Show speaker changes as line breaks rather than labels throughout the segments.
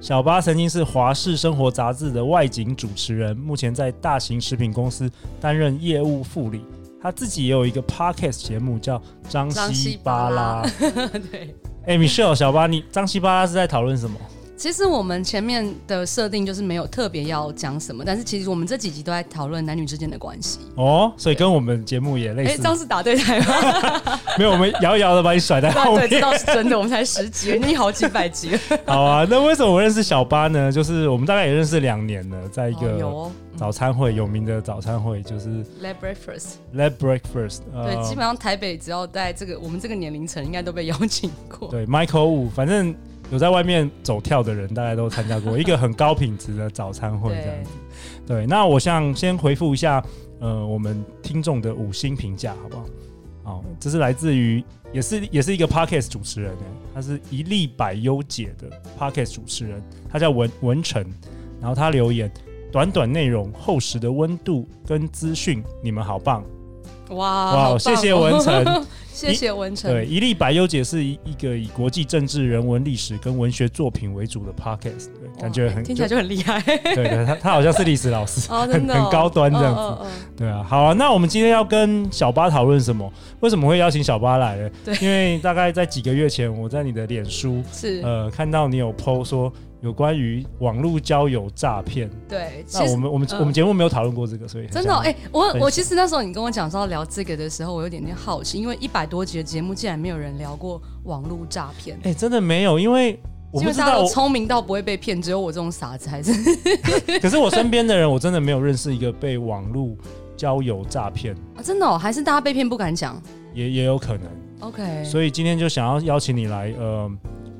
小巴曾经是华视生活杂志的外景主持人，目前在大型食品公司担任业务副理。他自己也有一个 podcast 节目叫《张
张
西
西
巴
巴
拉
拉》。 对，
哎、m i c h e l l e 小巴，你张西巴拉是在讨论什么？
其实我们前面的设定就是没有特别要讲什么，但是其实我们这几集都在讨论男女之间的关系。
哦，所以跟我们节目也类
哎，
似
这，样是打对台吗？
没有，我们遥遥的把你甩在后
对，这
面。
倒是真的。我们才十集，你好几百集了。
好啊，那为什么我认识小巴呢？就是我们大概也认识两年了，在 一
哦有
个
哦
早餐会，有名的早餐会就是
Lab Breakfast，
Let Breakfast，呃
对，基本上台北只要在这个我们这个年龄层，应该都被邀请过。
对，Michael Wu，反正有在外面走跳的人，大家都参加过一个很高品质的早餐会这样子。对，那我想先回复一下，呃，我们听众的五星评价好不好？好，这是来自于也是也是一个 podcast 主持人、欸，他是一粒百优姐的 podcast 主持人，他叫文文成，然后他留言。短短内容，厚实的温度跟资讯，你们好棒！
哇
哇
好棒哦
谢谢文成
谢谢文成。
对，一粒百优姐是一一个以国际政治、人文、历史跟文学作品为主的 podcast，对，
哇，
感觉很
听起来就很厉害。，
对对，他他好像是历史老师
哦，
很
真的哦
很高端这样子。
嗯嗯嗯
对啊，好啊，那我们今天要跟小巴讨论什么？为什么会邀请小巴来呢？
对
因为大概在几个月前，我在你的脸书
是。
呃看到你有 PO 说有关于网络交友诈骗。
对，其
那
实
我们我们、
嗯
我们节目没有讨论过这个，所以很
真的哦
想
哎、我
分
我
享
其实那时候你跟我讲说要聊这个的时候，我有点点好奇，因为一百多集的节目竟然没有人聊过网络诈骗，
哎、真的没有，因为我
因
不
为
知
大家
道
都
我，
聪明到不会被骗，只有我这种傻子还是
可是我身边的人，我真的没有认识一个被网络交友诈骗，
啊真的、哦，还是大家被骗不敢讲。
也也有可能。
OK，
所以今天就想要邀请你来，呃，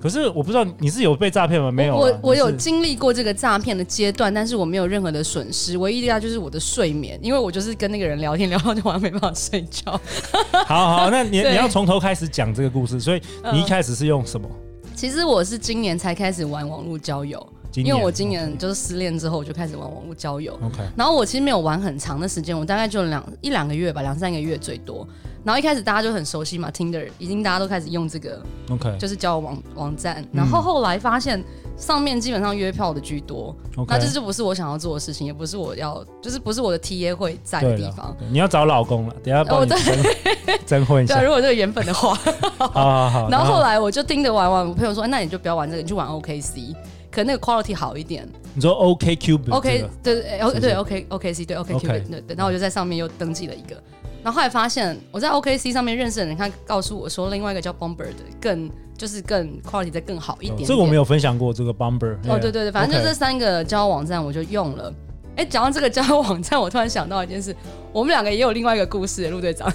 可是我不知道你是有被诈骗吗？没有啊，
我我我
你是
有经历过这个诈骗的阶段，但是我没有任何的损失，唯一的就是我的睡眠，因为我就是跟那个人聊天聊到就晚上没办法睡觉。
好好，那你
对嗯
你要从头开始讲这个故事，所以你一开始是用什么？
其实我是今年才开始玩网络交友，
今
因为我今年就是失恋之后我就开始玩网络交友，
OK，
然后我其实没有玩很长的时间，我大概就两一两个月吧，两三个月最多。然后一开始大家就很熟悉嘛，Tinder 已经大家都开始用这个，
OK
就是交友网网站。然后后来发现上面基本上约票的居多，
嗯 OK，
那这就不是我想要做的事情，也不是我要，就是不是我的 TA 会在的
对
地
了
方。，
对你要找老公了，等一下帮
哦
你征 征婚一
对
下
啊，。如果这个缘分的话，
好好好，
然后后来我就盯着玩玩，我朋友说，哎那你就不要玩这个，你去玩 OKC，可能那个 quality 好一点。
你说 OK Cupid
OK，对对
是不是
对对 OK OKC 对 OK
OK
Q 对对，然后我就在上面又登记了一个，然后后来发现我在 OKC 上面认识的人，他告诉我说另外一个叫 Bomber 的更就是更 quality 再更好一点点
哦这个我们有分享过这个 Bumper。
哦对对对，反正就这三个交友网站我就用了。哎，讲到这个交友网站，我突然想到一件事，我们两个也有另外一个故事，陆队长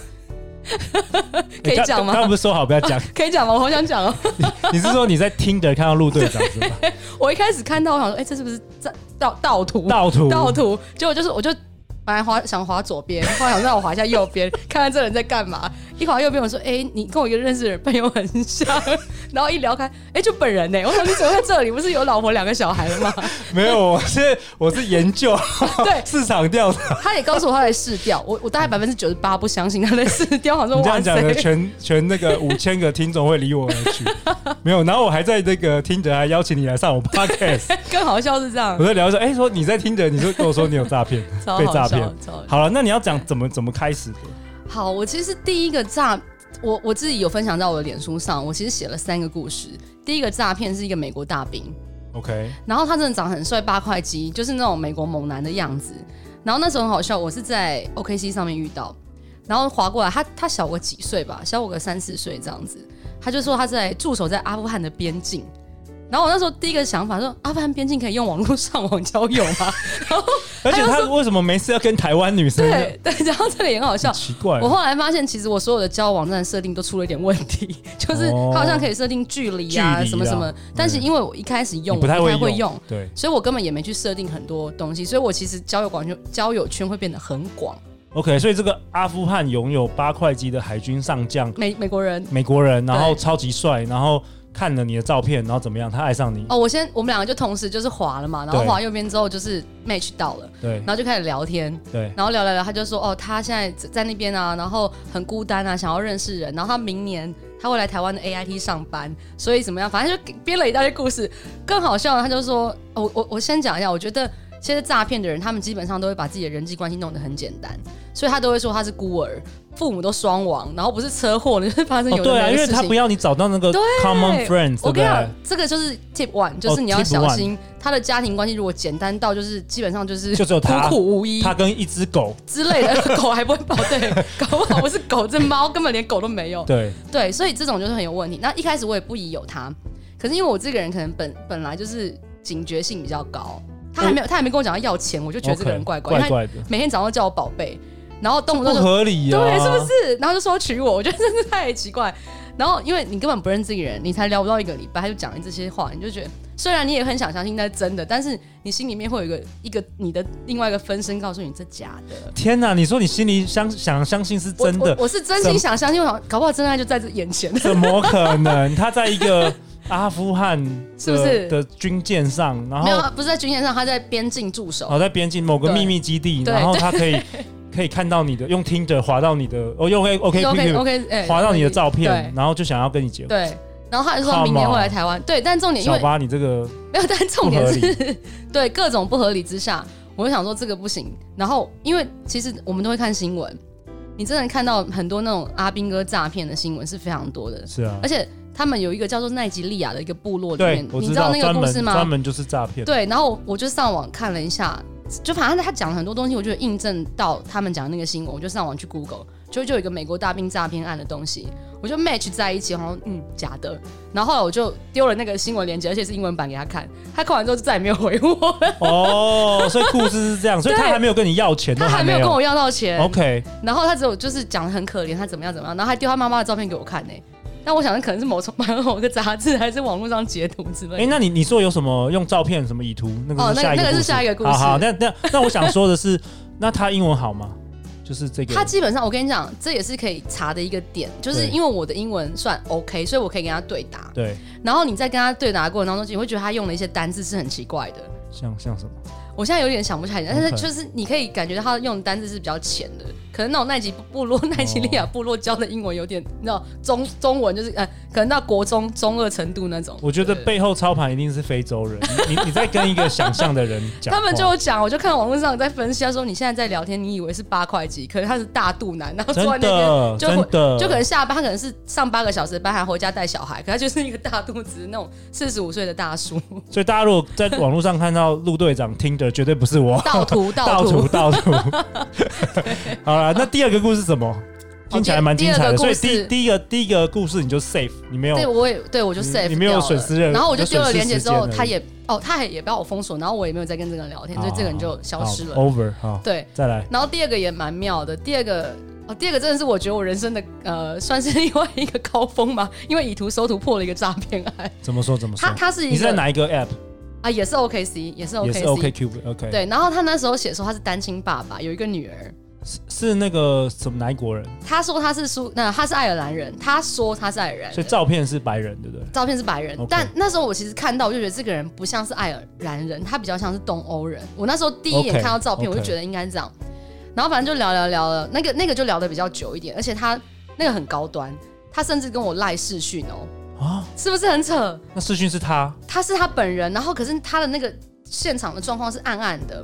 可以
诶
讲吗
刚刚不是说好不要 讲？
可以讲吗？我好想讲哦。
你是说你在听的看到陆队长是吧？
我一开始看到，我想说，哎，这是不是在盗盗图？
盗图
盗图，结果就是我就本来滑想滑左边， 后来想让我滑一下右边， 看看这人在干嘛。一滑右边，我说：“哎、你跟我一个认识的人朋友很像。” 然后一聊开，哎、就本人呢、我说：“你怎么在这里？不是有老婆两个小孩了吗
没有，我是我是研究？”
对，
市场调查。
他也告诉我他来试调，我我大概百分之九十八不相信他来试调，我说：“
你这
哇
样讲的，
塞，
全全那个五千个听众会离我 而去。没有，然后我还在那个听着，还邀请你来上我 podcast。
更好笑是这样，
我，在聊说，哎、说你在听着，你就跟我说你有诈骗
超
被
好
诈
笑，
骗。
超好笑。”
好了，那你要讲怎么怎么开始的？
好，我其实第一个诈，我我自己有分享到我的脸书上，我其实写了三个故事。第一个诈骗是一个美国大兵，
OK，
然后他真的长得很帅，八块肌，就是那种美国猛男的样子。然后那时候很好笑，我是在 OKC 上面遇到，然后划过来，他他小我几岁吧，小我个三四岁这样子。他就说他在驻守在阿富汗的边境，然后我那时候第一个想法说，阿富汗边境可以用网络上网交友 吗？然后
而且他为什么没事要跟台湾女生？
对对，然后这里也很好笑。
奇怪
我，后来发现，其实我所有的交友网站设定都出了一点问题，就是
哦
它好像可以设定距离
距
啊
离啊
什么什么，但是因为我一开始用，
你不太
我
会
会
用
用，
对
所以我根本也没去设定很多东西，所以我其实交友广圈交友圈会变得很广。
，OK，所以这个阿富汗拥有八块肌的海军上将，
美美国人
美国人，然后
对
超级帅，然后看了你的照片，然后怎么样？他爱上你，
哦，我先我们两个就同时就是滑了嘛，然后
对
滑右边之后就是 match 到了，
对
然后就开始聊天，
对，
然后聊聊聊，他就说哦，他现在在那边啊，然后很孤单啊，想要认识人，然后他明年他会来台湾的 AIT 上班，所以怎么样，反正就编了一大堆故事。
嗯
更好笑的，他就说，哦、我我我先讲一下，我觉得现在诈骗的人，他们基本上都会把自己的人际关系弄得很简单，所以他都会说他是孤儿，父母都双亡，然后不是车祸，你就是发生
哦
有 的
对啊，
没
因
的
为
事
他
情
不。要你找到那个
对
common friends，对
我
不
跟你
对啊哦
讲？，这个就是 tip one，就是你要
tip
小
one
心他的家庭关系，如果简单到就是基本上就是
就只有他
孤苦无依，
他跟一只狗，
之类的，狗还不会抱，对，搞不好不是狗，这猫根本连狗都没有，
对，
对，所以这种就是很有问题。那一开始我也不疑有他，可是因为我这个人可能本本来就是警觉性比较高，他还没有他还没跟我讲要要钱，我就觉得这个人
哦 OK，
怪怪，因
怪怪
为
的，
他每天早上叫我宝贝，然后动不
不
动就
合理哦啊呀，
对，是不？是？然后就说要娶我，我觉得真是太奇怪。然后因为你根本不认识这个人，你才聊不到一个礼拜，他就讲了这些话，你就觉得虽然你也很想相信那是真的，但是你心里面会有一个一个你的另外一个分身告诉你这假的。
天哪！你说你心里想想相信是真
我
的
我，我是真
怎
心
么
想相信，我想搞不好真爱就在这眼前。
怎么可能？他在一个阿富汗的
是不是
的军舰上，然
没有啊
后，哦
不是在军线上，他在边境驻
然
守。
后在边境某个
对
秘密基地，
对
然后他可以 可以看到你的，用听着滑到你的，哦，用 OK OK
OK OK，哎、
滑到你的照片
对，
然后就想要跟你结婚。
对。然后他就说明年会来台湾，对，但重点因
小
为
巴，你这个
没有，但重点是，对各种不合理之下，我就想说这个不行。然后因为其实我们都会看新闻，你真的看到很多那种阿兵哥诈骗的新闻是非常多的，
是啊
而，且他们有一个叫做奈及利亚的一个部落里
对
面，，
我
你
知
知道
道
那个
专
故
门
事吗？
专门就是诈骗，
对，然后我就上网看了一下，就反正他讲了很多东西，我就印证到他们讲的那个新闻，我就上网去 Google，就就有一个美国大兵诈骗案的东西，我就 match 在一起，然后嗯假的，然后后来我就丢了那个新闻链接，而且是英文版给他看，他看完之后就再也没有回我了，
哦，所以故事是这样，所以他
对
还没有跟你要钱，
他
都
还没有
有
跟我要到钱，
OK，
然后他只有就是讲的很可怜，他怎么样怎么样，然后还丢他妈妈的照片给我看呢、但我想那可能是某种某个杂志还是网络上截图之类
哎，
的。
那你你说有什么用照片什么以图？那个
哦那
是下一
那
个
个是
故
下一个故事
好好，那那那我想说的是， 那他英文好吗？就是这个
他基本上，我跟你讲，这也是可以查的一个点，就是
对
因为我的英文算 OK，所以我可以跟他对答。
对，
然后你在跟他对答的过程当中，你会觉得他用的一些单字是很奇怪的。
像像什么？
我现在有点想不起来，但是
OK
就是你可以感觉到他用的单字是比较浅的，可能那种奈及部落、奈及利亚部落教的英文有点，你知道中中文就是呃，可能到国中中二程度那种。
我觉得
对
背后操盘一定是非洲人，你你你在跟一个想象的人讲话，
他们就有讲，我就看网络上在分析，他说你现在在聊天，你以为是八块几，可能他是大肚腩，然后坐在
真
那边
的
就会
真的，
就可能下班，他可能是上八个小时的班，还回家带小孩，可他就是一个大肚子那种四十五岁的 大叔，
所以大家如果在网络上看到陆队长听着，绝对不是我。
盗图
倒
盗图
图，。倒图。 好了，那第二个故事是什么？听起来蛮精彩的，
哦第
所
二
以
个
第第一个第一个故事你就 safe，你没有
对，我也对我就
你
save，
你没有
掉了
损失任
然后我就
你就
丢了
损失
连接
时
之
间
后，
而已哦
他也哦，他也也把我封锁，然后我也没有再跟这个人聊天，所以这个人就消失
好
了。
over 好，
对，
再来
然后第二个也蛮妙的，第二个哦，第二个真的是我觉得我人生的呃，算是另外一个高峰嘛， 因为以图搜图破了一个诈骗案，
怎么说怎么说
他？他是一个哦
你是在哪一个 app？
啊，也是 OKC，也是
也是
OKC，
OK Cube OK
对，然后他那时候写说他是单亲爸爸，有一个女儿。
是是那个什么哪一国人？
他说他是苏，那、他是爱尔兰人，他说他是爱尔兰
所
人
以，照片是白人，对不对？
照片是白人。
OK
但那时候我其实看到，我就觉得这个人不像是爱尔兰人，他比较像是东欧人。我那时候第一眼
OK，
看到照片
OK
我就觉得应该这样。然后反正就聊聊聊了，那个那个就聊得比较久一点，而且他那个很高端，他甚至跟我赖视讯哦，
啊，
是不是很扯？
那视讯是他
他是他本人，然后可是他的那个现场的状况是暗暗的，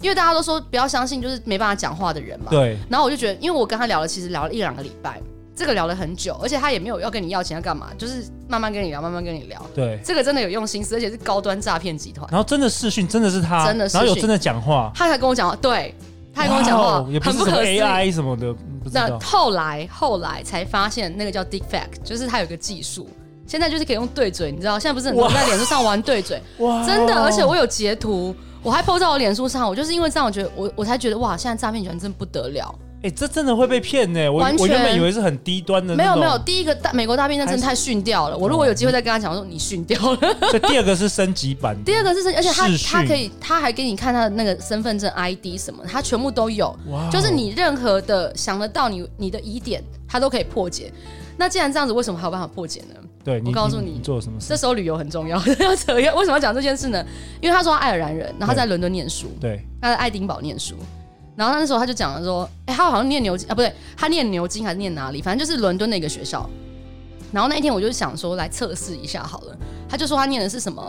因为大家都说不要相信就是没办法讲话的人嘛。
对
然后我就觉得，因为我跟他聊了，其实聊了一两个礼拜，这个聊了很久，而且他也没有要跟你要钱要干嘛，就是慢慢跟你聊，慢慢跟你聊。
对，
这个真的有用心思，而且是高端诈骗集团。
然后真的视讯真的是他，
真的视讯
然后有真的讲话，
他还跟我讲话，对，他还跟我讲话
哇哦也，不
很
是什么
可思议。
AI 什么的，不知
那
道
后来后来才发现，那个叫 deepfake，就是他有个技术，现在就是可以用对嘴，你知道，现在不是很多人在脸书上玩对嘴，
哇哦
真的，而且我有截图，我还 PO 在我脸书上，我就是因为这样，我觉得我我才觉得哇，现在诈骗集团真不得了。
哎、这真的会被骗呢、我
完全
我原本以为是很低端的
没
那
有
种，
没有，第一个大美国大兵那真的太逊掉了，我如果有机会再跟他讲，我说你逊掉了。
所以第二个是升级版的。
第二个是，而且他
哦 视讯
他可以，他还给你看他的那个身份证 ID 什么，他全部都有。
哇哦
就是你任何的想得到你你的疑点，他都可以破解。那既然这样子，为什么还有办法破解呢？
对，你
我告诉你
你做了什么事
这？时候旅游很重要， 要扯一下为什么要讲这件事呢？因为他说他爱尔兰人，然后他在伦敦念书，
对，
他在爱丁堡念书。然后他那时候他就讲了说，哎、他好像念牛津啊，不对，他念牛津还是念哪里？反正就是伦敦的一个学校。然后那一天我就想说来测试一下好了，他就说他念的是什么，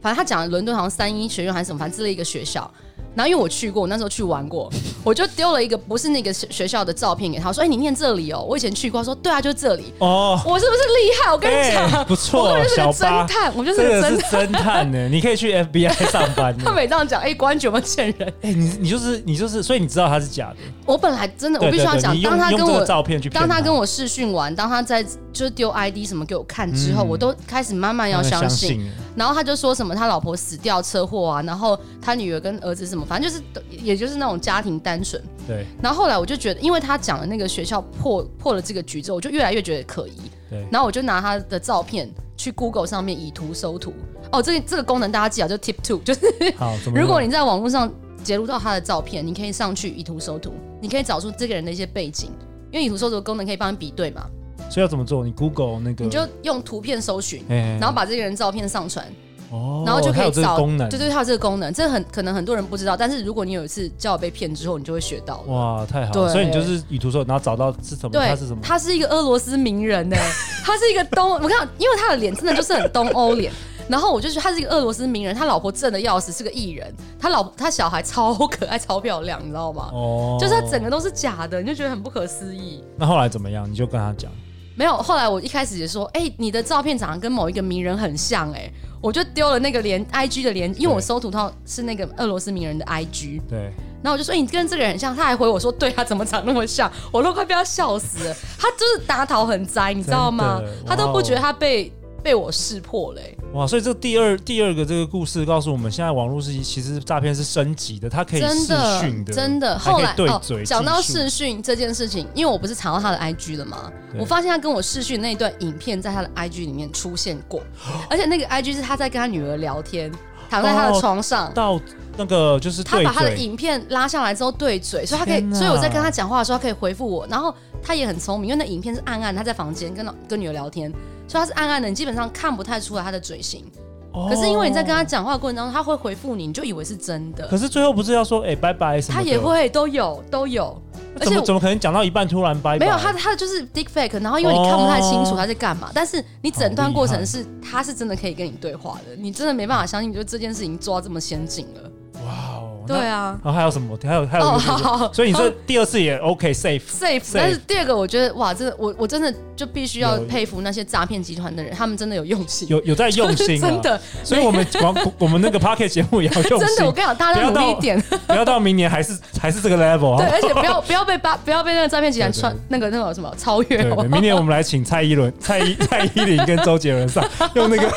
反正他讲伦敦好像三一学院还是什么，反正之类一个学校。然后因为我去过，我那时候去玩 过，我就丢了一个不是那个学学校的照片给他，我说：“哎、你念这里哦？我以前去过。”他说：“对啊，就是这里。”
哦，
我是不是厉害？ 我跟你讲，
哎不错
我根本就是个
小八
侦探，我就是
这
个
个
侦
是
探。
侦探 呢、你可以去 FBI 上班呢、
他每这样讲，哎、公安局有没有见人？
哎、你你就是你就是，所以你知道他是假的。
我本来真的，
对
我必须要
对对
讲
你，用
当他
用
跟
这
我
个照片去骗
当他跟
我
我视讯完，当他在就是丢 ID 什么给我看之后，
嗯
我都开始慢慢要相
相
信。
信了，
然后他就说什么他老婆死掉车祸啊，然后他女儿跟儿子什么，反正就是也就是那种家庭单纯。
对
然后后来我就觉得，因为他讲的那个学校破破了这个局之后，我就越来越觉得可疑。
对。
然后我就拿他的照片去 Google 上面以图搜图。哦，这个这个功能大家记好，就 Tip Two，就是
好，怎么
如果
弄
你在网络上截录到他的照片，你可以上去以图搜图，你可以找出这个人的一些背景，因为以图搜图的功能可以帮你比对嘛，
所以要怎么做？你 Google 那个，
你就用图片搜寻。
哎，
然后把这个人照片上传，
哦，
然后就可
它
以
有这个
找，
功能，
对对，它有这个功能，这很可能很多人不知道，但是如果你有一次叫我被骗之后，你就会学到了。
哇，太好了！
对
所以你就是以图搜，然后找到是什么，
对
它是什么，，
他是一个俄罗斯名人 呢、他是一个东，我看，因为他的脸真的就是很东欧脸。然后我就觉得他是一个俄罗斯名人，他老婆正的要死，是个艺人，他老他小孩超可爱、超漂亮，你知道吗？
哦，
就是它整个。都是假的，你就觉得很不可思议。
那后来怎么样？你就跟他讲，
没有，后来我一开始也说，哎、你的照片长得跟某一个名人很像、哎，我就丢了那个连 IG 的连，因为我搜图到是那个俄罗斯名人的 IG，
对，
然后我就说，哎、你跟这个人很像，他还回我说，对他怎么长那么像，我都快被他笑死了。他就是打讨很栽，你知道吗
真的哇哦？
他都不觉得他被被我识破嘞、哎
哇，所以这第二第二个这个故事告诉我们，现在网络是其实诈骗是升级的，它可以
真
视
的
讯
真的。
还
后
可以
来哦
对嘴技术
讲到视讯这件事情，因为我不是查到他的 IG 了吗？
对
我发现他跟我视讯那一段影片在他的 IG 里面出现 过，而且那个 IG 是他在跟他女儿聊天，躺在他的床上。
到那个就是
他
对
把他的
嘴，
影片拉下来之后对嘴，所以他可
天
以，
哪
所以我在跟他讲话的时候，他可以回复我。然后他也很聪明，因为那影片是暗暗，他在房间跟老跟女儿聊天，所以他是暗暗的，你基本上看不太出来他的嘴型。
哦
可是因为你在跟他，讲话的过程当中，他会回复你，你就以为是真的
哦可。是最后不是要说哎拜拜什么
他
的，哎
也会都有都有，而
怎
且
么
我
怎么可能讲到一半突然拜拜？
没有他他就是 dick fake，然后因为你看不太清
哦
楚他在干嘛，但是你诊断过程是他是真的可以跟你对话的，你真的没办法相信，就这件事情做到这么先进了。
哇哦，
对
那。
啊，
然后还有什么？还有还有一
哦
个
好
故事，
好好
所以你这第二次也 OK safe，
safe，
safe
但是第二个我觉得哇，真的我我真的就必须要
有
佩服那些诈骗集团的人，他们真的有用心，
有有在用心啊
真。的
所以我们广我们那个 Pocket 节目也要用
真的，
心，
我
啊
跟你讲，大家
不要
努力一
到
点。
不要到明年还是还是这个 level
对，
啊。
而且不要不要被八不要被那个诈骗集团
对对
穿那个那个什么超越，哦
对
好不好
对，明年我们来请蔡依伦、蔡依蔡依林跟周杰伦上，用 那个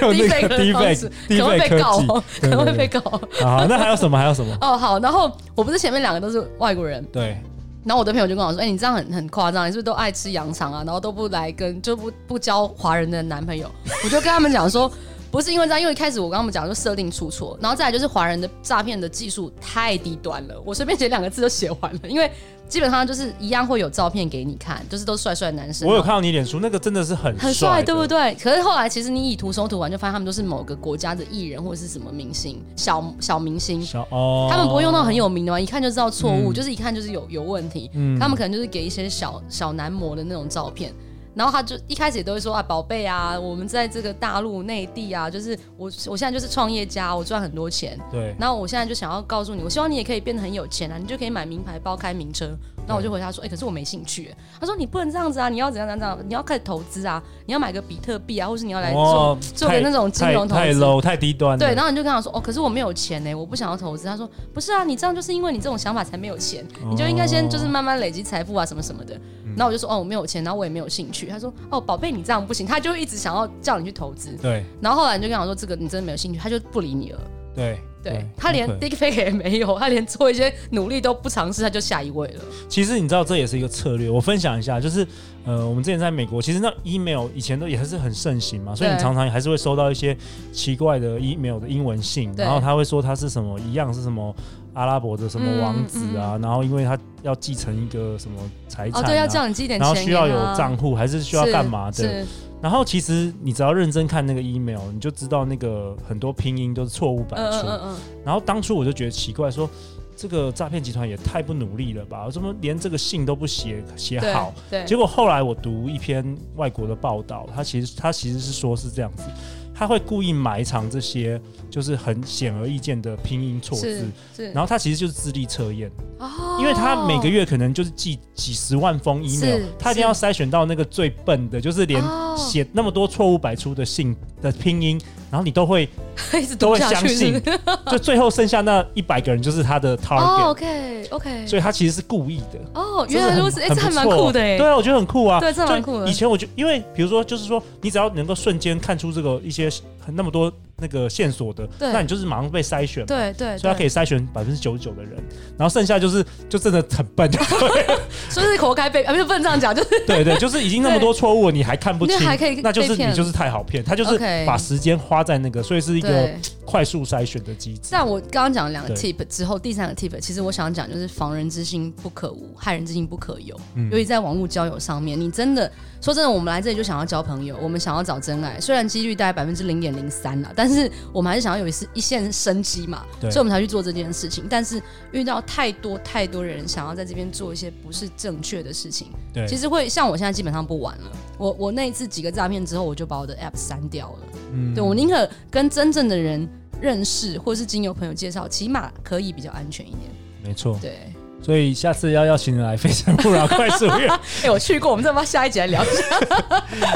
用那个 D
低配
back
的
D
方
back
式可能会被告
科
哦，
技，
可
对
能会被。
对
告哦。
对好，那还有什么？还有什么？
哦，好，然后我不是前面两个都是外国人，
对，
然后我的朋友就跟我说：“哎、你这样很很夸张，你是不是都爱吃羊肠啊？然后都不来跟就不不交华人的男朋友？”我就跟他们讲说，不是因为这样，因为一开始我跟他们讲就设定出错，然后再来就是华人的诈骗的技术太低端了，我随便写两个字就写完了，因为基本上就是一样会有照片给你看，就是都帅帅的男生。
我有
然后
看到你脸书，那个真的是很
很
帅
帅，
的，
对不对？可是后来其实你以图搜图完，就发现他们都是某个国家的艺人或者是什么明星，小小明星。
小哦，
他们不会用到很有名的嘛，一看就知道错误，
嗯
就是一看就是有有问题。
嗯
他们可能就是给一些小小男模的那种照片，然后他就一开始也都会说啊，宝贝啊，我们在这个大陆内地啊，就是我我现在就是创业家，我赚很多钱，
对
然后我现在就想要告诉你，我希望你也可以变得很有钱啊，你就可以买名牌包、开名车。那我就回他说，哎、可是我没兴趣。他说你不能这样子啊，你要怎样怎样怎样，你要开始投资啊，你要买个比特币啊，或是你要来做、
哦
做个那种金
太
融投
太
资。啊
low 太低端了，
对，然后你就跟他说，哦，可是我没有钱呢、我不想要投资。他说，
哦嗯
不是啊，你这样就是因为你这种想法才没有钱，你就应该先就是慢慢累积财富啊，什么什么的。然后我就说哦我没有钱，然后我也没有兴趣。他说哦宝贝你这样不行，他就一直想要叫你去投资。
对
然后后来你就跟他说这个你真的没有兴趣，他就不理你了。
对
对他连
很可
dick pic 也没有，他连做一些努力都不尝试，他就下一位了。
其实你知道这也是一个策略，我分享一下，就是呃，我们之前在美国，其实那 email 以前都也还是很盛行嘛，所以你
对
常常还是会收到一些奇怪的 email 的英文信，
对
然后他会说他是什么一样是什么阿拉伯的什么王子啊，然后因为他要继承一个什么财产、
嗯哦，
啊，
对，要叫你寄一点
然后
钱
需要
给
有
他
账户，还是需要
是
干嘛的？
是
然后其实你只要认真看那个 email，你就知道那个很多拼音都是错误百
嗯
出。
嗯嗯嗯，
然后当初我就觉得奇怪，说这个诈骗集团也太不努力了吧？怎么连这个信都不写写
对
好？
对，
结果后来我读一篇外国的报道，他其实他其实是说是这样子，他会故意埋藏这些就是很显而易见的拼音错字
是，是，
然后他其实就是智力测验。
哦
因为他每个月可能就是寄几十万封 email，
是
他一定要筛选到那个最笨的，就是连
哦
写那么多错误百出的信的拼音，然后你都会
一直
都
读
会
下
相
去
信
是不是，
就最后剩下那一百个人就是他的 target，、
哦，OK OK，
所以他其实是故意的。
哦，
这是
原来
很
如此，哎，
很
这
不
还蛮
错
酷的哎，
对啊，我觉得很酷啊，
对这蛮酷的
就以前我就因为比如说，就是说你只要能够瞬间看出这个一些很那么多那个线索的，
对
那你就是马上被筛选嘛。
对对，
所以他可以筛选百分之九十九的人，然后剩下就是就真的很笨，啊
对，所以是活该被，啊，不是不能这样讲，就是
对对，就是已经那么多错误了，你还看不清
那，还可以
那就是
被骗
你就是太好骗，他就是
OK
把时间花在那个，所以是一个
对。
快速筛选的机制。
但我刚刚讲了两个
对
tip 之后，第三个 tip 其实我想讲就是防人之心不可无，害人之心不可有。
嗯
尤其在网络交友上面，你真的说真的，我们来这里就想要交朋友，我们想要找真爱，虽然几率大概百分之零点零三啦，但是我们还是想要有一丝一线生机嘛，
对
所以我们才去做这件事情。但是遇到太多太多人想要在这边做一些不是正确的事情，
对，
其实会像我现在基本上不玩了。我我那一次几个诈骗之后，我就把我的 app 删掉了。
嗯
对我宁可跟真正的人认识，或是经由朋友介绍，起码可以比较安全一点。
没错。
对，
所以下次要邀请你来《非诚勿扰》快速 约，
哎、我去过，我们再把下一集来聊。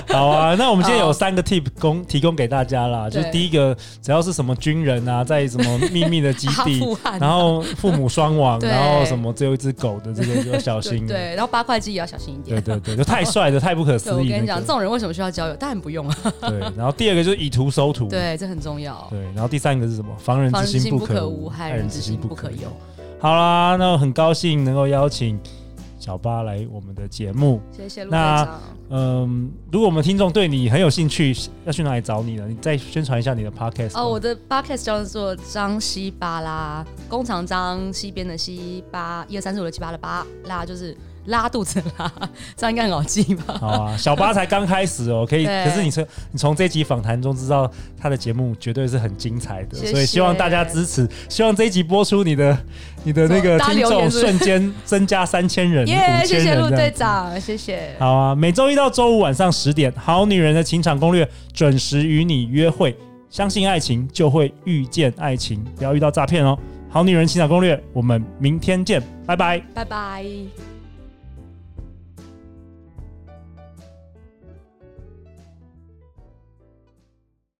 好啊。那我们今天有
好
三个 tip 供提供给大家啦，就是
对
第一个，只要是什么军人啊，在什么秘密的基
阿
地
富。汗，
然后父母双亡，
对
然后什么只有一只狗的这个就要小
对
心了。
对，然后八块肌也要小心一点。
对对对，就太帅了，太不可思
对我
议。
跟
那
你讲，这
个
种人为什么需要交友？当然不用啊。
对，然后第二个就是以图搜图。
对，这很重要。
对，然后第三个是什么？防人
防
之
人之
心
心
不
不
可嗯
可
无，
无，害人之心不可有。。
好啦，那我很高兴能够邀请小巴来我们的节目。
谢谢陆队
那
长。
嗯，如果我们听众对你很有兴趣，要去哪里找你呢？你再宣传一下你的 podcast 吧
哦，我的 podcast 叫做张西巴拉，工厂张西边的西巴，一二三四五六七八的八拉就是拉肚子的拉， 这样应该很好记吧？
好啊，小巴才刚开始哦，可以。
对
可是你从你从这集访谈中知道他的节目绝对是很精彩的，
谢谢
所以希望大家支持，希望这一集播出，你的你的那个
大家
听
留
众
言是不是
瞬间增加三千人、五
耶、
千人
谢谢陆
这样
队
子
长，谢谢，
好啊，每周一到周五晚上十点，《好女人的情场攻略》准时与你约会。相信爱情，就会遇见爱情，不要遇到诈骗哦。《好女人情场攻略》，我们明天见，拜拜。
拜拜。